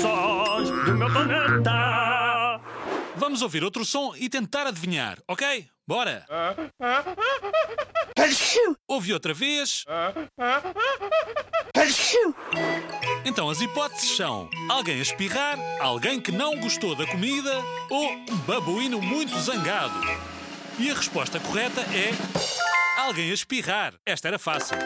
Sós do meu planeta. Vamos ouvir outro som e tentar adivinhar, ok? Bora! Ouve outra vez. Então as hipóteses são alguém a espirrar, alguém que não gostou da comida ou um babuíno muito zangado. E a resposta correta é alguém a espirrar. Esta era fácil.